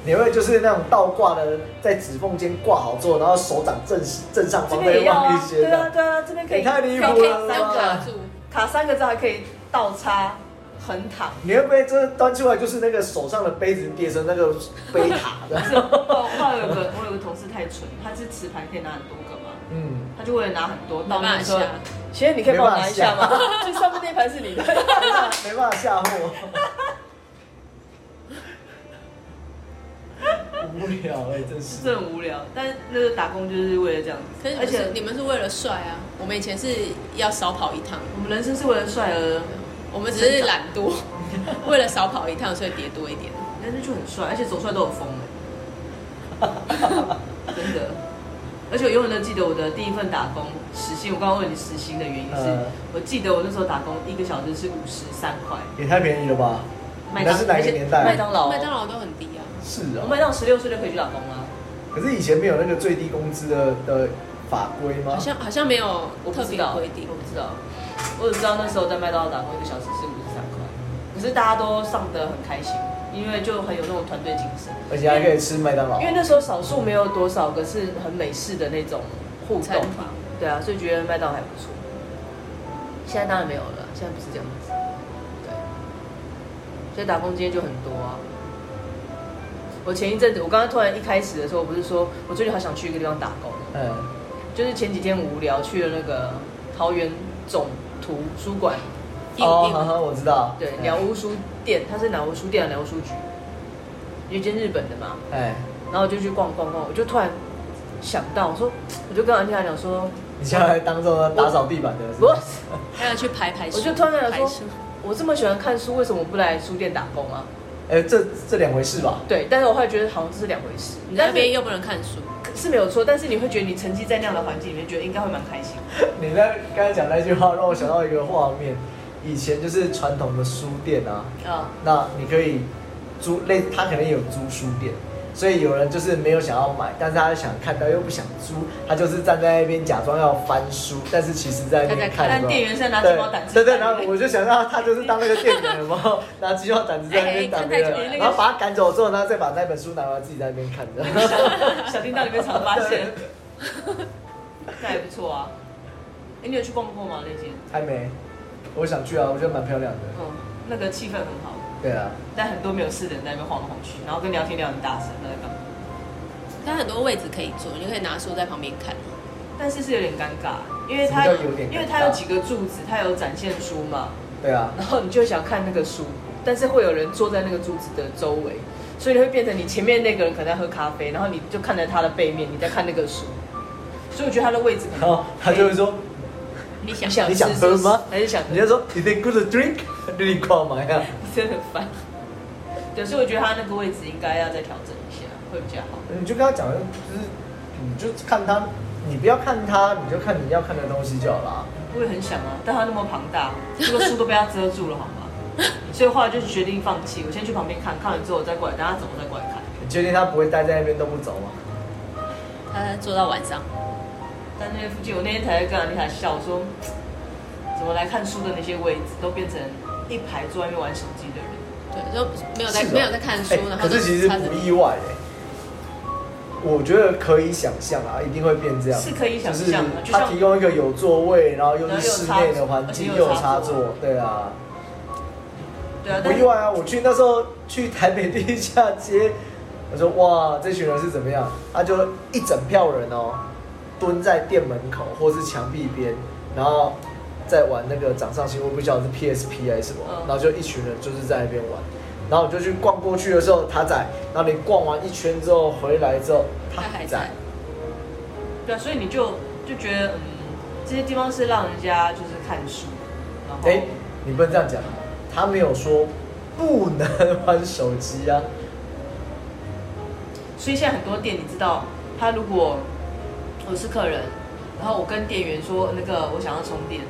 你会就是那种倒挂的，在指缝间挂好之后，然后手掌正正上
这
方
边
再
也要
往
啊
一，些
对啊
的，
对啊，这边可以
你太离
可
谱
以
了
可
吧
以三卡
*laughs*
住，
卡三个字还可以倒插、横躺，
你会不会就是端出来就是那个手上的杯子变成那个杯塔
*laughs*
的？
我后来有个我有个同事太蠢，他是磁盘可以拿很多个嘛，
嗯，
他就为了拿很多
没
到那
办法
个时候
下，，
其实你可以帮我拿一下吗？就上面那盘是你的， *laughs*
没办法吓唬我。无聊哎、真是。
这很无聊。但那个打工就是为了这样
可
子
是，你
而
们是
且
你们是为了帅啊，我们以前是要少跑一趟，
我们人生是为了帅而，
我们只是懒惰， *laughs* 为了少跑一趟，所以叠多一点。
但是就很帅，而且走出来都很疯哎，
*laughs*
真的。而且我永远都记得我的第一份打工时薪，我刚刚问你时薪的原因是
嗯，
我记得我那时候打工一个小时是五十三块，
也太便宜了吧？
麦
那
当
是哪个年代？
麦当劳，
麦当劳都很低啊，
是
我
啊、
麦当十六岁就可以去打工了，
可是以前没有那个最低工资的的法规吗
好？像好像没有
我不
特
知
别
道
规定
我。不知道，我只知道那时候在麦当劳打工一个小时是五十三块，可是大家都上得很开心，因为就很有那种团队精神。
而且还可以吃麦当劳
因。为那时候少数没有多少个是很美式的那种互
餐
动
厅，
对啊，所以觉得麦当劳还不错。现在当然没有了，现在不是这样子，对。所以打工经验就很多啊。我前一阵子，我刚刚突然一开始的时候，我不是说我最近好想去一个地方打工，
嗯，
就是前几天无聊去了那个桃园总图书馆，
硬
哦，
硬
好好，我知道。
对，
嗯
鸟屋书店，它是鸟屋书店、鸟屋书局，有一间日本的嘛，
哎，
然后我就去逛逛逛，我就突然想到，我说，我就跟安天雅讲说，
你现在当做打扫地板的是
不
吗，
是，
还要去排排书，
我就突然想
排
说
书，
我这么喜欢看书，为什么不来书店打工啊？
哎，这这两回事吧？
对，但是我后来觉得好像这是两回事，
你
但是
那边又不能看书，
是没有错，但是你会觉得你沉浸在那样的环境里面，觉得应该会蛮开心。
你那刚才讲那句话，让我想到一个画面，以前就是传统的书店啊，
嗯
啊、
那你可以租类，他可能也有租书店，所以有人就是没有想要买，但是他想看到又不想租，他就是站在那边假装要翻书，但是其实在那边
他
看
在
有
但
没有
店员是在拿鸡毛掸子，
对对对，然后我就想到他就是当那个店员，有没有拿鸡毛掸子在那边
哎
掸
看
别
太久
人，
了
然后把他赶走之后，然后再把那本书拿来自己在那边看的。
*laughs* 小叮当里面常发现，那还不错啊。哎、你有去逛过吗？那间？
还没，我想去啊，我觉得蛮漂亮的。
嗯，那个气氛很好，
对啊，
但很多没有事的人在那边晃来晃去，然后跟聊天聊很大声，那在干嘛？
它很多位置可以坐，你可以拿书在旁边看。
但是是有点尴尬，因为它
什么叫有点尴尬
因为它有几个柱子，它有展现书嘛，
对啊，
然后你就想看那个书，但是会有人坐在那个柱子的周围，所以会变成你前面那个人可能在喝咖啡，然后你就看着他的背面，你在看那个书，所以我觉得他的位置可
然
能
后他就会
*laughs*
说，
你想
你想喝吗
还是想
人家说 Is it good to drink？你 *laughs* 干嘛呀？
真的很烦。对，所以我觉得他那个位置应该要再调整一下，会比较好。
你就跟他讲，就是你就看他，你不要看他，你就看你要看的东西就好啦。
我也很想啊，但他那么庞大，这个书都被他遮住了，好吗？所以后来就决定放弃，我先去旁边看看完之后我再过来，等他走我再过来看。
你确定他不会待在那边都不走吗？
他坐到晚上，
但那边附近，我那天才跟阿丽塔笑说，嗯怎么来看书的那些位置都变成一排坐在那边玩手机的人，
对，就没有在
是哦
没有在看书
哎，
然后
可
就是
其实
插着
不意外哎、我觉得可以想象啊，一定会变这样，
是可以想象的
就
就是像
他提供一个有座位，然后又
然
是
后又
室内
有插
的
座
环
而
境，
且
又
又
有
有
插
插
座
座，
对啊，
对啊，
不
但
意外啊。我去那时候去台北地下街， *laughs* 我说哇，这群人是怎么样？他、就一整票人哦，蹲在店门口或是墙壁边，然后在玩那个掌上型，我不晓得是 PSP 还是什么，
嗯
然后就一群人就是在那边玩。然后我就去逛过去的时候，他在。然后你逛完一圈之后回来之后，他
他
还
还
在
在。
对啊，所以你就就觉得，嗯，这些地方是让人家就是看书，然后
哎、你不能这样讲，他没有说不能玩手机啊。
所以现在很多店，你知道，他如果我是客人，然后我跟店员说那个我想要充电，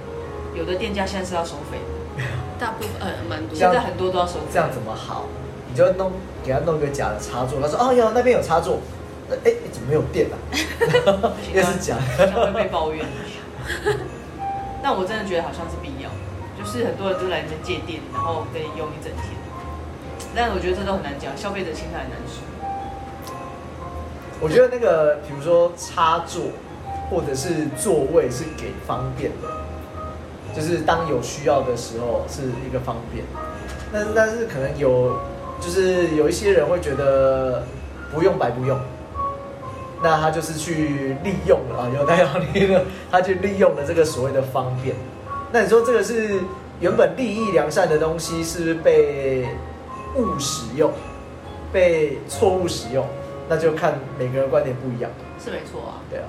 有的店家现在是要收费的，
大部分呃蛮多
这样
现
的，
在很多都要收费。
这样怎么好？你就弄给他弄一个假的插座，他说哦哟那边有插座，呃哎、怎么没有电啊？
*laughs*
也是假
这
的，
样会被抱怨。但我真的觉得好像是必要，就是很多人都来这借电，然后可以用一整天。但我觉得这都很难讲，消费者心态很难说。
我觉得那个，比如说插座或者是座位是给方便的，就是当有需要的时候是一个方便。但是但是可能有，就是有一些人会觉得不用白不用，那他就是去利用了啊，有代表利了，他去利用了这个所谓的方便。那你说这个是原本利益良善的东西，是不是被误使用，被错误使用？那就看每个人观点不一样，
是没错啊。
对啊。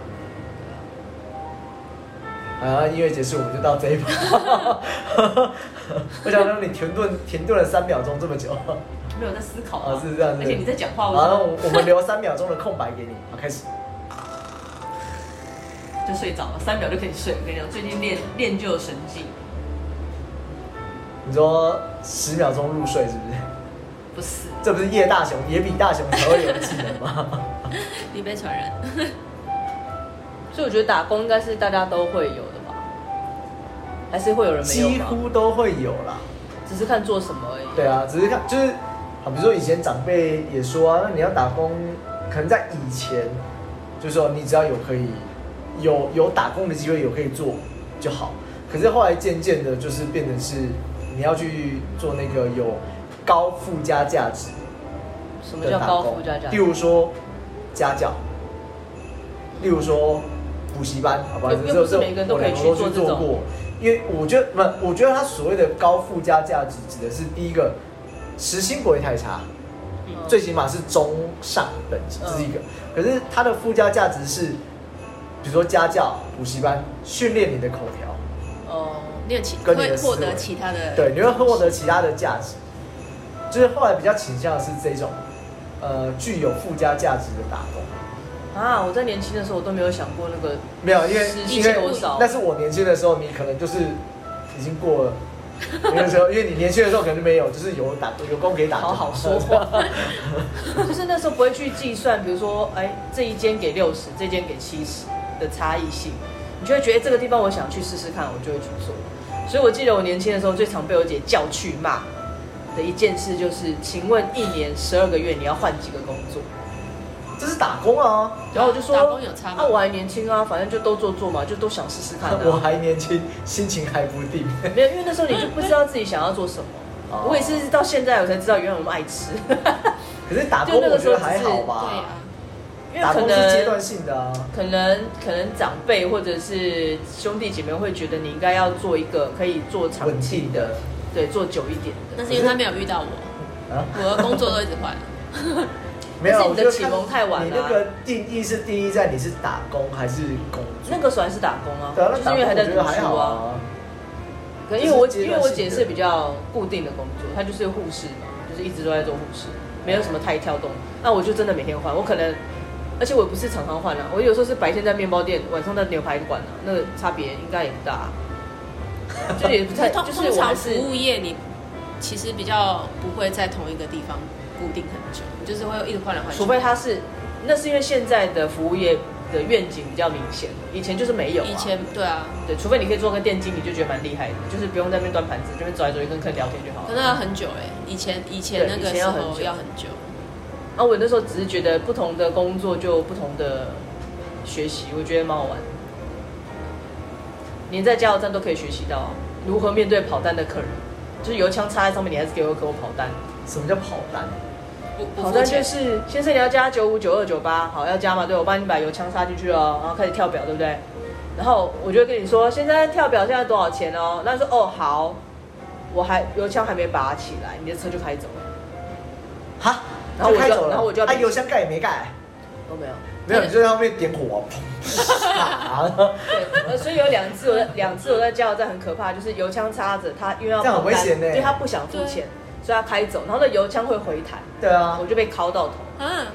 啊，音乐结束，我们就到这一趴。 *laughs* 我想让你停顿停顿了三秒钟这么久，
没有在思考
啊，是这样子。
而且你在讲话，
好，那
我
我我们留三秒钟的空白给你，好，开始。
就睡着了，三秒就可以睡。我跟你讲，最近练练就有神技，
你说十秒钟入睡是不是？
不是
这不是叶大雄也比大雄才会有的技能
*laughs*
吗？
你被传染，
所以我觉得打工应该是大家都会有的吧？还是会有人没有
几
吧？
乎都会有啦。
只是看做什么而已。
对啊，只是看就是，好，比如说以前长辈也说啊，那你要打工，可能在以前，就是说你只要有可以有有打工的机会，有可以做就好。可是后来渐渐的，就是变成是你要去做那个有高附加价值
什么
的
叫
打
高
工
附加价
例
值？
如说家教，例如说补习班，好吧，
又又不是每个人都可以去
我
做这种
做过。因为我觉得，不，我觉得他所谓的高附加价值，指的是第一个，时薪不会太差，
嗯
最起码是中上等级，这是一个。可是它的附加价值是，比如说家教、补习班，训练你的口条，
哦，
你有其
跟你的
会获
思维
得其他的
对，你会获得其他的价值。就是后来比较倾向的是这种，呃，具有附加价值的打工。
啊！我在年轻的时候，我都没有想过那个
没有，因为
时薪
因为
多少
那是我年轻的时候，你可能就是已经过了。那个时候，因为你年轻的时候可能没有，就是有打有工可以打工。*laughs*
好好说话，就是那时候不会去计算，比如说，哎，这一间给六十，这间给七十的差异性，你就会觉得这个地方我想去试试看，我就会去做。所以我记得我年轻的时候，最常被我姐叫去骂的一件事就是，请问一年十二个月你要换几个工作？
这是打工啊！
然后我就说，
打工有差吗
啊，我还年轻啊，反正就都做做嘛，就都想试试看、啊。
我还年轻，心情还不定。
没有，因为那时候你就不知道自己想要做什么
哦。
我也是到现在我才知道，原来我们爱吃， *laughs*
可是打工
就那
我
个时
觉
候
得还好吧？
对啊，
因为
打
可
工是阶
能
段性的啊。
可能可能长辈或者是兄弟姐妹会觉得你应该要做一个可以做长期
稳定
的
的，
对，做久一点的。
但是因为他没有遇到我，
啊，
我的工作都一直换。
没有，啊我
但是你的
就
启
看
蒙太晚
你
了啊
那个定义是定义在你是打工还是工作？
那个时候还是打工啊，
对啊，那
就是
打
因为
工我
还在
觉
读
得还
书
好
啊。
啊。
可能因为我
就是阶
因
段性的
为我姐是比较固定的工作，她就是护士嘛，就是一直都在做护士，没有什么太跳动。那我就真的每天换，我可能，而且我也不是常常换啊，我有时候是白天在面包店，晚上在牛排馆啊，那个差别应该也不大、啊。
*laughs*
*laughs* 就也不太，
通
就是
通
我还
常
是
服务业你其实比较不会在同一个地方固定很久，你就是会一直换来换去。
除非他是，那是因为现在的服务业的愿景比较明显，以前就是没有、啊。
以前对啊，
对，除非你可以做个店经理，就觉得蛮厉害的，就是不用在那边端盘子，这边走来走去跟客人聊天就好
可
了。
能要很久哎、以前以前
对
那
以
个
前
时
要
候
很久
要很久，
啊，我那时候只是觉得不同的工作就有不同的学习，我觉得蛮好玩。连在加油站都可以学习到、如何面对跑单的客人，就是油枪插在上面，你还是给我给我跑单。
什么叫跑单？
不不
跑
付
单就
钱。
是先生你要加九五九二九八，好要加嘛？对，我帮你把油枪插进去哦，然后开始跳表，对不对？然后我就会跟你说，现在跳表现在多少钱哦？那你说哦好，我还油枪还没拔起来，你的车就开走了。
哈，
然后我就
开走了，
然后我就要
啊，油箱盖也没盖，
都没有。
没有，你就在后面点火啊，砰，啊
对，呃所以有两次我在两次我在加油站很可怕，就是油枪插着，他因为要
这样很
跑单
危险呢
对他不想付钱，所以他开走，然后那油枪会回弹，
*laughs* 对啊
我，就被敲到头。
啊，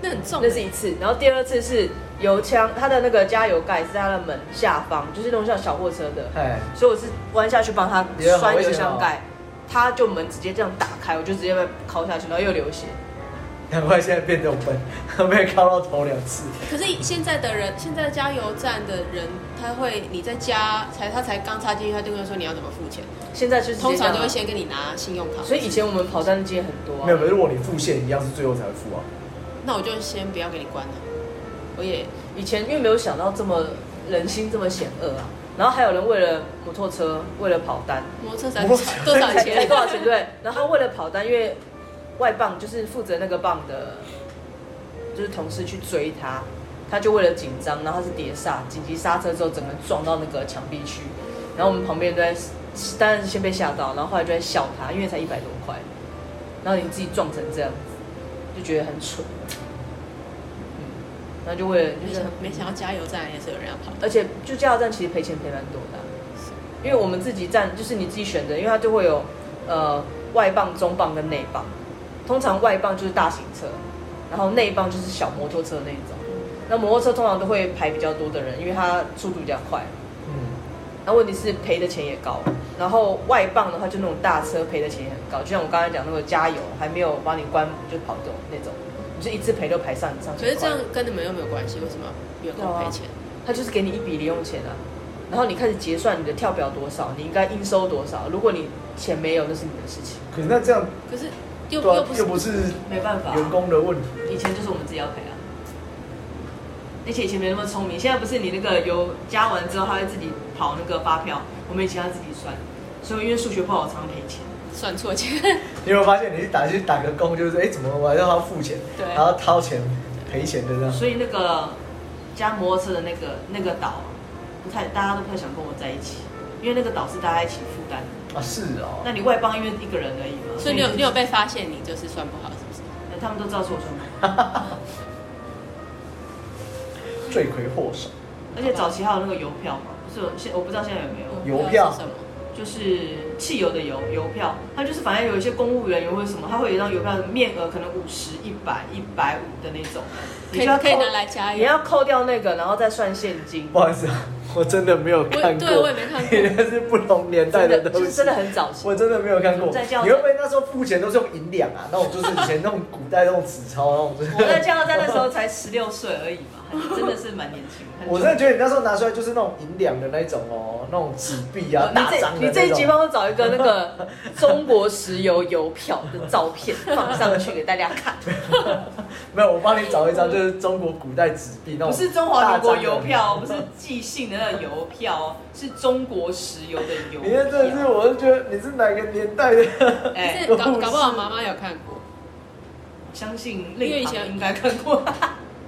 那很重欸、
那是一次，然后第二次是油枪，它的那个加油盖是在它的门下方，就是那种像小货车的，
哎，
所以我是弯下去帮他
你的好
拴
危
油
险哦
箱盖，他就门直接这样打开，我就直接被敲下去，然后又流血。
难怪现在变这么笨， *laughs* 被敲到头两次。
可是现在的人，现在加油站的人，他会你在家才他才刚插进去，他就跟你说你要怎么付钱，
现在就是直接
通
这样啊
常都会先跟你拿信用卡。
所以以前我们跑单的街很多、啊，
没有，可是如果你付现，一样是最后才付啊。
那我就先不要给你关了，我也
以前因为没有想到这么人心这么险恶啊。然后还有人为了摩托车，为了跑单，
摩托车才
摩托车
多少
才才
钱？
多少钱？对。 *laughs* 然后为了跑单，因为外棒就是负责那个棒的，就是同事去追他，他就为了紧张，然后他是碟刹，紧急刹车之后，整个人撞到那个墙壁去。然后我们旁边人都在，当然是先被吓到，然后后来就在笑他，因为才一百多块，然后你自己撞成这样子，就觉得很蠢。嗯，然后就为了
没
就是
想没想到加油站也是有人要跑的，
而且就加油站其实赔钱赔蛮多的啊、因为我们自己站就是你自己选的，因为它就会有呃外磅、中磅跟内磅，通常外磅就是大型车，然后内磅就是小摩托车那一种。那摩托车通常都会排比较多的人，因为它速度比较快。
嗯，
那问题是赔的钱也高，然后外磅的话就那种大车赔的钱也很高，就像我刚才讲那个加油还没有把你关就跑走那种，你就一次赔都赔上上。
可是这样跟你们又没有关系，为什么员工赔钱？
他就是给你一笔零用钱啊，然后你开始结算你的跳表多少，你应该应收多少。如果你钱没有，那是你的事情，
可是那这样
可是又
对
又
啊
不，是
又不是
没办法、
员工的问题。
以前就是我们自己要赔啊，而且以前没那么聪明，现在不是你那个油加完之后，他会自己跑那个发票，我们以前要自己算，所以因为数学不好，我常常赔钱。
算错钱， *laughs*
你有没有发现，你去打去打个工，就是哎、怎么我还要他付钱，
对
然后掏钱赔钱的这
嗯
样。
所以那个加摩托车的那个那个岛，不太大家都不太想跟我在一起，因为那个岛是大家一起负担的。
啊，是哦。
那你外邦因为一个人而已嘛，
所以你有你有被发现你就是算不好，是不是？
那他们都知道是我穿的。
罪魁祸首，
而且早期还有那个邮票嘛，不是有现我不知道现在有没
嗯
有，
邮票
是什么？
就是汽油的油邮票，它就是反正有一些公务人员或者什么，它会有一张邮票，面额可能五十、一百、一百五的那种，
可以可以拿来加
你
油。
要扣掉那个，然后再算现金
不。好意思啊，我真的没有看
我
过，
对我也没
*laughs*
看过
你那是不同年代
真
的
的就
东
是
西，
真的很早期
我，真的没有看过。
在教
你会不会那时候付钱都是用银两啊？那种就是以前那种古代那种纸钞，那种就是。
我在加油站那时候才十六岁而已嘛，还真的是蛮年轻。很
*laughs* *laughs*
久
我真的觉得你那时候拿出来就是那种银两的那种哦，那种纸币啊，
呃你
大
这
张的
你这一集
那
帮
种。
我找一个那个中国石油邮票的照片放上去给大家看，
没有，我帮你找一张，就是中国古代纸币那种。
不是中华民国邮。票，不是寄信的那个邮票哦，是中国石油的邮
你看，这是，
票。
我就觉得你是哪个年代的？
可
哎、
是搞搞不好妈妈有看过，
相信
因为
令
以
堂
前
应该看过。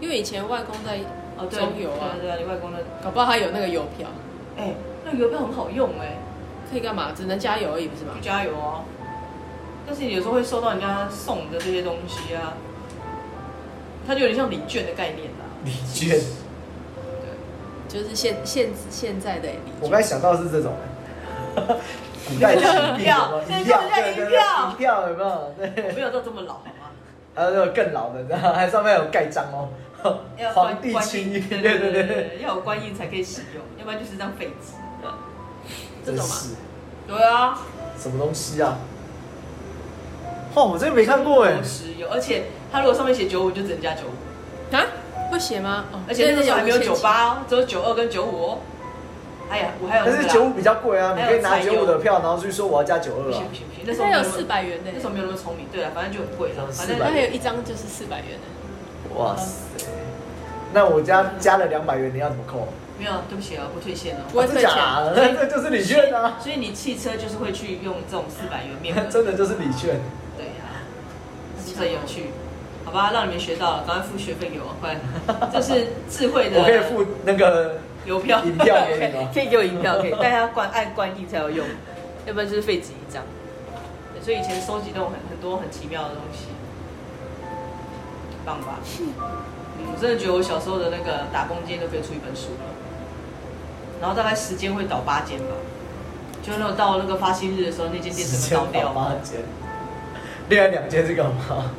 因为以前外公在
哦，对，
*laughs* 中油啊
对对，你外公的，
搞不好他有那个邮票，
哎、那个邮票很好用哎、
可以干嘛？只能加油而已，不是吗
去？加油哦。但是你有时候会收到人家送的这些东西啊，它就有点像礼券的概念啦、
李娟，
就是现现现在的礼
我
券
刚才想到的是这种。 *laughs* 古代纸币有没有
银票
对对
银
对
票
银票有没有？对。
我没有到这么老好吗？
还有那种更老的， *laughs* 然后还上面有盖章哦，
要观
*laughs* 皇帝亲印，
观
对
音
对
*laughs*
对对
对对对
对，
对，要有官印才可以使用，要不然就是张废纸。
这
真
种嘛
是
对啊，
什么东西啊？哇，我真的没看过哎
有，石油，而且它如果上面写九五，就只能加九五，
啊？会写吗？哦，
而且那个时候还没有
那
九
种现金，
八哦，只有九二跟九五哦。哎呀，我还有
但
那个
是
啦
九五比较贵啊，你可以拿
还有菜
九五
油
的票，然后去说我要加九
不 *laughs*
二啊
行不。行不行，那
那
时
时
候
候
没
有
那么
四，百元的，
那时候没有那么聪明，对啊了，反正就很贵了，反
400
正
那还有一张就是四百元的，
哇塞，那我家加了两百元，你要怎么扣？
没有，对不起啊，不退现哦。
不会
啊真
退
假
钱。
啊？那 *laughs* 这就是礼券
*laughs*
啊，
所以你汽车就是会去用这种四百元面额，
*laughs* 真的就是礼券。
对啊呀、是不是很有趣？好吧，让你们学到了，赶快付学费给我，
*laughs*
快！这是智慧的，
我可以付那个
邮票、
银票给你吗
*laughs* 可以给我银票，可以，但它关按关印才有用，要不然就是废纸一张。对所以以前收集那种很很多很奇妙的东西，棒吧？嗯，我真的觉得我小时候的那个打工间都可以出一本书了，然后大概十间会倒八间吧，就那种到那个发薪日的时候，那间店
十
整
千
个倒
到
掉。
八千，另外两千是干嘛？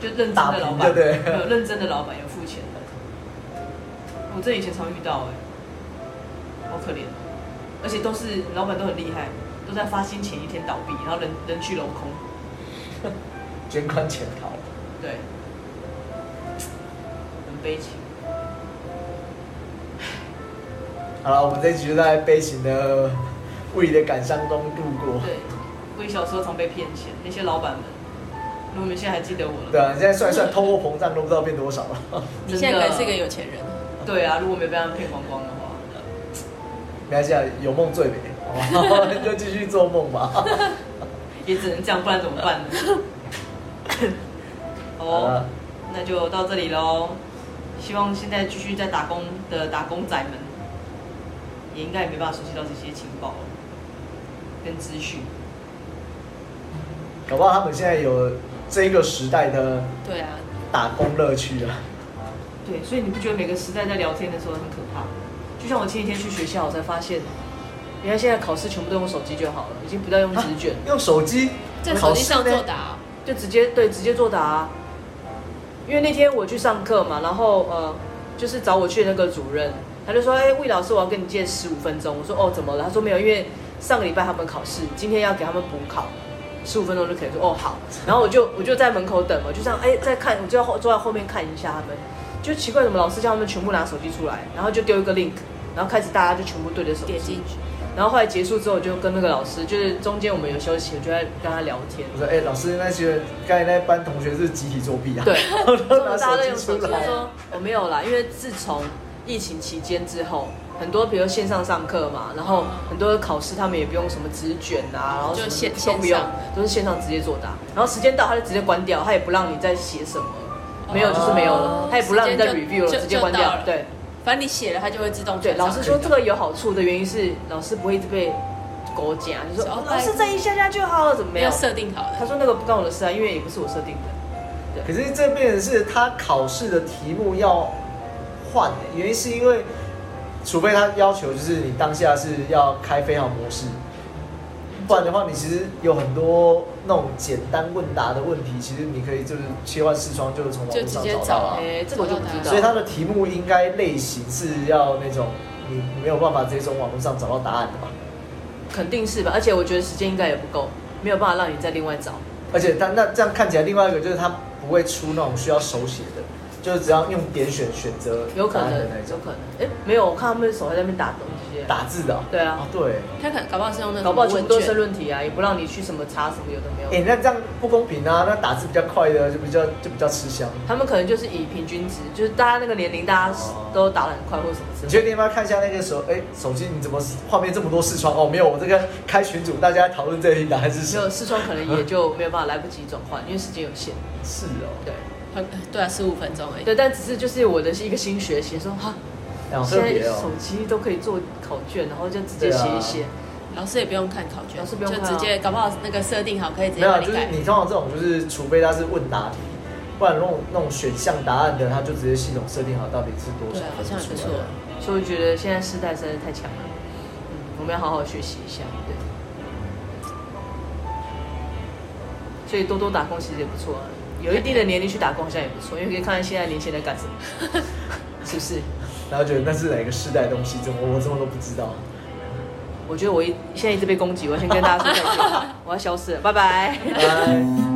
就认真的老
打
板，
平对不对
有认真的老板有付钱的。我欸这以前常遇到哎、好可怜哦，而且都是老板都很厉害，都在发薪前一天倒闭，然后人人去楼空。
捐款潜逃。
对，很悲情。
好了，我们这一集就在悲情的无理的感伤中度过。 *laughs*
对，我小时候常被骗钱，那些老板们，如果你们现在还记得我了，
对啊，你现在算一算，通货膨胀都不知道变多少了。 *laughs*
你现在可能是一个有钱人，
对啊，如果没被他们骗光光的话，
没关系啊，有梦最美，好吧？ *laughs* 你就继续做梦吧。
也只能这样，不然怎
*laughs*
么办呢？
好
哦
了，，
那就到这里喽。希望现在继续在打工的打工仔们，也应该也没办法熟悉到这些情报了跟资讯。
*laughs* 搞不好他们现在有这个时代的
对啊，
打工乐趣啊。
对，所以你不觉得每个时代在聊天的时候很可怕？就像我前几天去学校，我才发现，原来现在考试全部都用手机就好了，已经不再用纸卷，
*laughs* 用手机
在手
考
机
试
上
呢
作答哦、
就直接对直接作答啊、因为那天我去上课嘛，然后呃，就是找我去的那个主任，他就说：“哎、魏老师，我要跟你借十五分钟。”我说：“哦，怎么了？”他说：“没有，因为上个礼拜他们考试，今天要给他们补考。”十五分钟就可以说哦好，然后我就我就在门口等嘛，就这样哎在看，我就要后坐在后面看一下他们，就奇怪怎么老师叫他们全部拿手机出来，然后就丢一个 link，然后开始大家就全部对着手
点
机
进，去，
然后后来结束之后，我就跟那个老师，就是中间我们有休息，我就在跟他聊天，
我说，哎、老师，那些刚才那班同学是集体作弊啊？
对，
*laughs* 然后
大
拿
家
手
都
机
用手
出
机
来。
说我没有啦，因为自从疫情期间之后，很多比如线上上课嘛，然后很多考试他们也不用什么纸卷啊，然后什么
就
都
线
不用
线上，
都是线上直接作答，然后时间到他就直接关掉，他也不让你再写什么。没有就是没有了
哦，
他也不让你再
时间就
review 了，
就
直接关
就到
掉
了。
对
反正你写了，它就会自动
对，
传上
老
去
师说这个有好处的原因是老师不会一直被狗夹，就说
哦
哦老师再一下下就好了，怎么没有
要？设定好
他
的，
说那个不关我的事啊，因为也不是我设定的。
可是这变成是他考试的题目要换、原因是因为，除非他要求就是你当下是要开飞行模式，不然的话，你其实有很多那种简单问答的问题，其实你可以就是切换视窗，就是从网
就
络
直
上
接
找到
找
啊。
哎，这个我就不知道。
所以它的题目应该类型是要那种你没有办法直接从网络上找到答案的吧？
肯定是吧，而且我觉得时间应该也不够，没有办法让你再另外找。
而且它那这样看起来，另外一个就是它不会出那种需要手写的，就是只要用点选选择
有可
答
能
案的那，
有
种
可能。哎、没有，我看他们手还在那边打东西。
打字的哦、
对啊
哦对，
他可能搞不好是用那种
搞不好全部都
问
申
卷
论题啊，也不让你去什么查什么有的没有的。
哎、那这样不公平啊！那打字比较快的就比较就比较吃香。
他们可能就是以平均值，就是大家那个年龄，大家
哦
都打得很快或者什么
你
之类的。
确定要不要看一下那个手？哎、手机你怎么画面这么多视窗？哦，没有，我这个开群组大家讨论这一题答案是什
没有
么？
视窗可能
*laughs*
也就没有办法来不及转换，因为时间有限。
是哦，
对
很对啊，十五分钟而已。
对，但只是就是我的一个新学习，说哈，
两
现
特
在
别哦
手。机都可以做考卷，然后就直接
对啊
写一写。
老师也不用看考卷，
老师不用看
就
啊
直接搞不好那个设定好可以直
没
接
有啊，
帮
就是
改。
你通常这种就是，除非它是问答题，不然那种那种选项答案的，它就直接系统设定好到底是多
对
少
啊，好
分
像也
数
不
出
错
来。。
所以我觉得现在世代实在是太强了，嗯，我们要好好学习一下，对。所以多多打工其实也不错啊，有一定的年龄去打工好像也不错，因为可以看看现在年轻人在干什么， *laughs* 是不是？
然后觉得那是哪个世代的东西，怎么我怎么都不知
*laughs*
道。
我觉得我一现在一直被攻击，我要先跟大家说再见，我要消失了，拜拜。
拜。